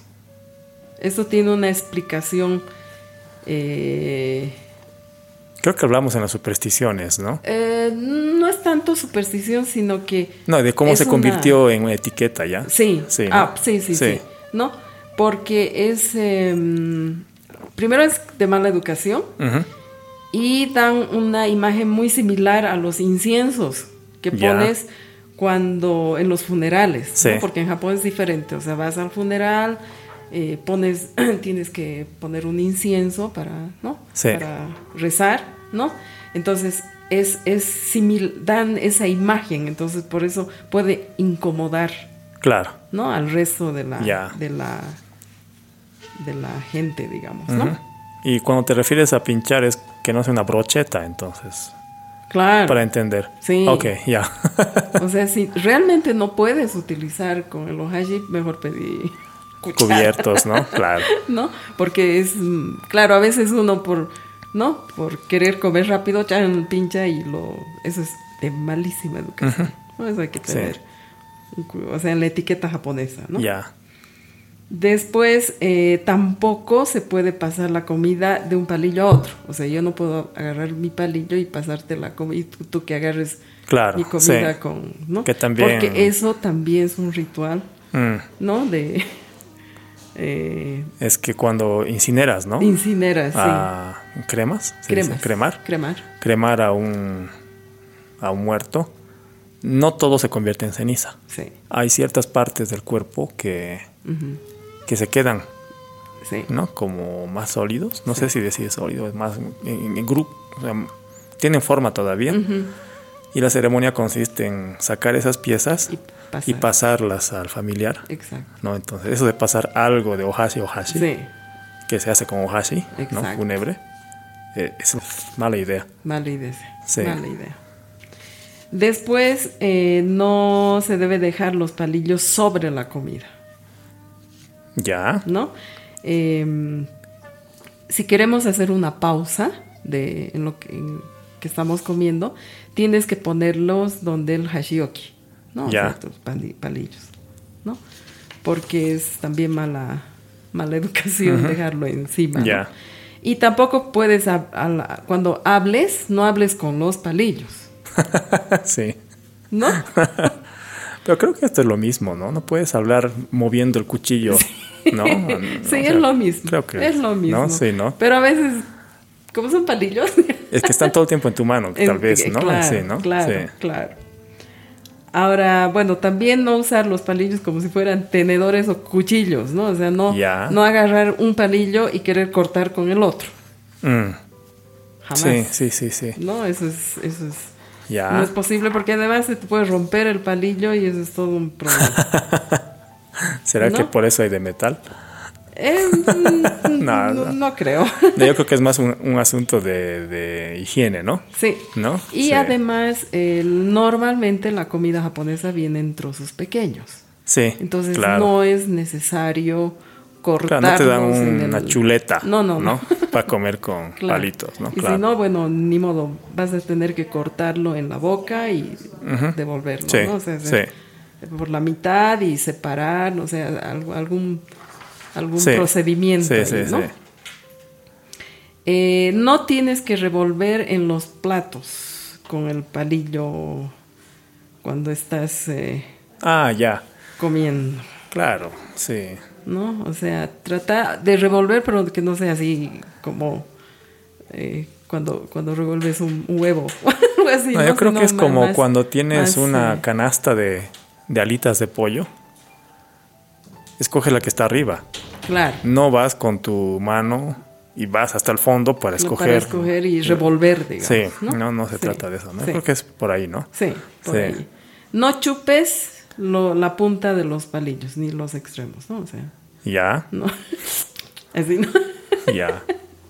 Speaker 1: Esto tiene una explicación eh,
Speaker 2: Creo que hablamos en las supersticiones, ¿no?
Speaker 1: eh, no es tanto superstición, sino que
Speaker 2: No, de cómo
Speaker 1: Es
Speaker 2: se
Speaker 1: una-
Speaker 2: convirtió en una etiqueta, ¿ya?
Speaker 1: Sí.
Speaker 2: Sí,
Speaker 1: Ah,
Speaker 2: ¿no?
Speaker 1: sí, sí, sí,
Speaker 2: Sí.
Speaker 1: ¿No? Porque es. eh, primero es de mala educación
Speaker 2: Ujú.
Speaker 1: y dan una imagen muy similar a los inciensos que
Speaker 2: Ya.
Speaker 1: pones cuando en los funerales.
Speaker 2: Sí.
Speaker 1: ¿no? Porque en Japón es diferente. O sea, vas al funeral, eh, pones, tienes que poner un incienso para, ¿no?
Speaker 2: Sí.
Speaker 1: Para rezar, ¿no? Entonces. Es, es simil- dan esa imagen, entonces por eso puede incomodar
Speaker 2: Claro,
Speaker 1: ¿no? Al resto de la,
Speaker 2: Ya.
Speaker 1: de la, de la gente, digamos,
Speaker 2: Ujú.
Speaker 1: ¿no?
Speaker 2: Y cuando te refieres a pinchar es que no es una brocheta, entonces,
Speaker 1: Claro.
Speaker 2: para entender.
Speaker 1: Ah. Sí.
Speaker 2: Ok, ya.
Speaker 1: O sea, si realmente no puedes utilizar con el ohashi, mejor pedí cuchara,
Speaker 2: Cubiertos, ¿no? Claro.
Speaker 1: ¿no? Porque es, mm, claro, a veces uno por, ¿no? Por querer comer rápido, chan, pincha y lo... Eso es de malísima educación, ¿no? Eso hay que
Speaker 2: Sí.
Speaker 1: tener. un cu- O sea, en la etiqueta japonesa, ¿no?
Speaker 2: Ya.
Speaker 1: Después, eh, tampoco se puede pasar la comida de un palillo a otro. O sea, yo no puedo agarrar mi palillo y pasarte la comida y tú, tú que agarres
Speaker 2: Claro,
Speaker 1: mi comida
Speaker 2: sí.
Speaker 1: con... ¿no?
Speaker 2: Que también-
Speaker 1: Porque eso también es un ritual,
Speaker 2: Mm.
Speaker 1: ¿no? De... eh,
Speaker 2: Es que cuando incineras, ¿no?
Speaker 1: incineras, sí.
Speaker 2: a cremas, se dice,
Speaker 1: Cremas.
Speaker 2: cremar,
Speaker 1: Cremar.
Speaker 2: cremar a un a un muerto, no todo se convierte en ceniza.
Speaker 1: Sí,
Speaker 2: Hay ciertas partes del cuerpo que
Speaker 1: ujú,
Speaker 2: que se quedan,
Speaker 1: sí.
Speaker 2: ¿no? Como más sólidos, no sé si decir sólido, es más en, en grupo, o sea, tienen forma todavía. Y la ceremonia consiste en sacar esas piezas
Speaker 1: Y
Speaker 2: y,
Speaker 1: pasar.
Speaker 2: pasarlas al familiar,
Speaker 1: Exacto.
Speaker 2: ¿no? Entonces, eso de pasar algo de ohashi a ohashi,
Speaker 1: Sí.
Speaker 2: que se hace con ohashi, ¿no?
Speaker 1: Exacto.
Speaker 2: Fúnebre, eh, es mala idea.
Speaker 1: Mala idea.
Speaker 2: Sí.
Speaker 1: Mala idea. Después, eh, no se debe dejar los palillos sobre la comida.
Speaker 2: Ya,
Speaker 1: ¿no? Eh, si queremos hacer una pausa de, en lo que, en que estamos comiendo, tienes que ponerlos donde el hashioki, ¿no? O
Speaker 2: Ya.
Speaker 1: sea, tus pali- palillos, ¿no? Porque es también mala, mala educación dejarlo encima. ¿no?
Speaker 2: Ya.
Speaker 1: Y tampoco puedes, hab- a la- cuando hables, no hables con los palillos,
Speaker 2: sí.
Speaker 1: ¿no?
Speaker 2: Pero creo que esto es lo mismo, ¿no? No puedes hablar moviendo el cuchillo, ¿no?
Speaker 1: sí, es lo mismo.
Speaker 2: Creo que
Speaker 1: es lo mismo.
Speaker 2: ¿no? Sí, ¿no?
Speaker 1: Pero a veces, como son palillos,
Speaker 2: Es que están todo el tiempo en tu mano,
Speaker 1: En-
Speaker 2: tal vez,
Speaker 1: eh,
Speaker 2: ¿no?
Speaker 1: Claro,
Speaker 2: sí, ¿no?
Speaker 1: Claro,
Speaker 2: Sí.
Speaker 1: claro. Ahora, bueno, también no usar los palillos como si fueran tenedores o cuchillos, ¿no? O sea, no,
Speaker 2: Ya.
Speaker 1: no agarrar un palillo y querer cortar con el otro.
Speaker 2: Mm,
Speaker 1: Jamás.
Speaker 2: sí, sí, sí, sí.
Speaker 1: No, eso es, eso es,
Speaker 2: Ya.
Speaker 1: no es posible porque además se te puede romper el palillo y eso es todo un problema.
Speaker 2: ¿Será que
Speaker 1: ¿no?
Speaker 2: por eso hay de metal?
Speaker 1: Eh, mm,
Speaker 2: No,
Speaker 1: no,
Speaker 2: no.
Speaker 1: no creo.
Speaker 2: No, Yo creo que es más un, un asunto de, de higiene, ¿no?
Speaker 1: sí.
Speaker 2: ¿No?
Speaker 1: Y
Speaker 2: Sí.
Speaker 1: además, eh, normalmente la comida japonesa viene en trozos pequeños.
Speaker 2: Sí.
Speaker 1: Entonces
Speaker 2: claro.
Speaker 1: no es necesario cortar.
Speaker 2: Claro, no te dan una chuleta.
Speaker 1: No, no, no.
Speaker 2: para comer con
Speaker 1: Claro.
Speaker 2: palitos, ¿no?
Speaker 1: Y si no, bueno, ni modo, vas a tener que cortarlo en la boca y devolverlo,
Speaker 2: Sí,
Speaker 1: ¿no? O sea,
Speaker 2: sí.
Speaker 1: por la mitad y separar, o sea, al- algún, algún
Speaker 2: Sí.
Speaker 1: procedimiento,
Speaker 2: Sí,
Speaker 1: ahí,
Speaker 2: sí,
Speaker 1: ¿no?
Speaker 2: sí.
Speaker 1: Eh, no tienes que revolver en los platos con el palillo cuando estás eh,
Speaker 2: Ah, ya.
Speaker 1: comiendo,
Speaker 2: Claro, sí.
Speaker 1: ¿no? O sea, trata de revolver, pero que no sea así como eh, cuando, cuando revuelves un huevo. algo así,
Speaker 2: No, yo creo
Speaker 1: Sino
Speaker 2: que es
Speaker 1: ma-
Speaker 2: como
Speaker 1: más-
Speaker 2: cuando
Speaker 1: más,
Speaker 2: tienes una
Speaker 1: eh,
Speaker 2: canasta de, de alitas de pollo. Escoge la que está arriba.
Speaker 1: claro.
Speaker 2: No vas con tu mano y vas hasta el fondo para
Speaker 1: no
Speaker 2: escoger.
Speaker 1: Para escoger y revolver, digamos.
Speaker 2: sí,
Speaker 1: no,
Speaker 2: no, no, se
Speaker 1: Sí,
Speaker 2: trata de eso, ¿no?
Speaker 1: sí.
Speaker 2: Creo que es por ahí, ¿no?
Speaker 1: Sí, por
Speaker 2: Sí.
Speaker 1: ahí. No chupes lo- la punta de los palillos, ni los extremos, ¿no? O sea,
Speaker 2: Ya,
Speaker 1: no. Así no.
Speaker 2: ya.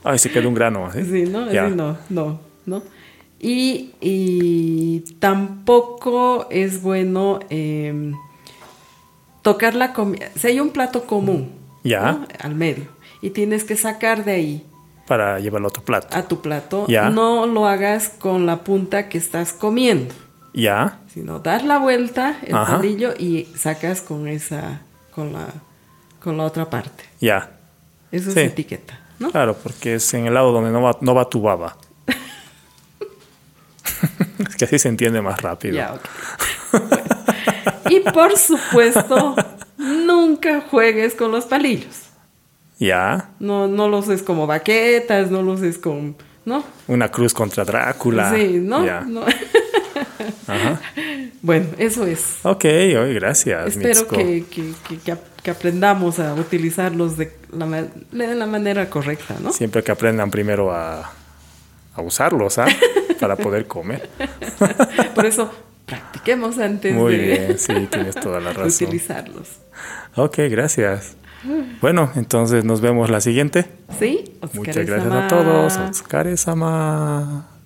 Speaker 2: Ay, se quedó un grano así.
Speaker 1: Sí, ¿no?
Speaker 2: Ya.
Speaker 1: Así no, no, ¿no? Y, y tampoco es bueno eh, tocar la comida. Si hay un plato común,
Speaker 2: Ya.
Speaker 1: ¿no? Al medio. Y tienes que sacar de ahí
Speaker 2: Para llevarlo a otro plato.
Speaker 1: a tu plato.
Speaker 2: Ya.
Speaker 1: No lo hagas con la punta que estás comiendo.
Speaker 2: Ya,
Speaker 1: sino dar la vuelta el
Speaker 2: Ajá.
Speaker 1: palillo y sacas con esa con la con la otra parte
Speaker 2: ya.
Speaker 1: eso
Speaker 2: Sí.
Speaker 1: es etiqueta no
Speaker 2: Claro, porque es en el lado donde no va, no va tu baba. es que así se entiende más rápido.
Speaker 1: Ya, ok. y por supuesto nunca juegues con los palillos
Speaker 2: Ya.
Speaker 1: no no los uses como baquetas no los uses con no
Speaker 2: Una cruz contra Drácula.
Speaker 1: sí no,
Speaker 2: Ya.
Speaker 1: no.
Speaker 2: Ajá.
Speaker 1: bueno eso es
Speaker 2: Ok, oye, gracias.
Speaker 1: Espero
Speaker 2: Mitsuko.
Speaker 1: que, que- que- que ap- que aprendamos a utilizarlos de la, ma- de la manera correcta, ¿no?
Speaker 2: Siempre que aprendan primero a, a usarlos, ¿ah? Para poder comer.
Speaker 1: Por eso, practiquemos antes
Speaker 2: Muy
Speaker 1: de
Speaker 2: bien, sí, tienes toda la razón.
Speaker 1: utilizarlos.
Speaker 2: Ok, gracias. Bueno, entonces nos vemos la siguiente.
Speaker 1: ¿Sí? Oscar
Speaker 2: Muchas gracias a
Speaker 1: Isama.
Speaker 2: todos. Oscar Sama.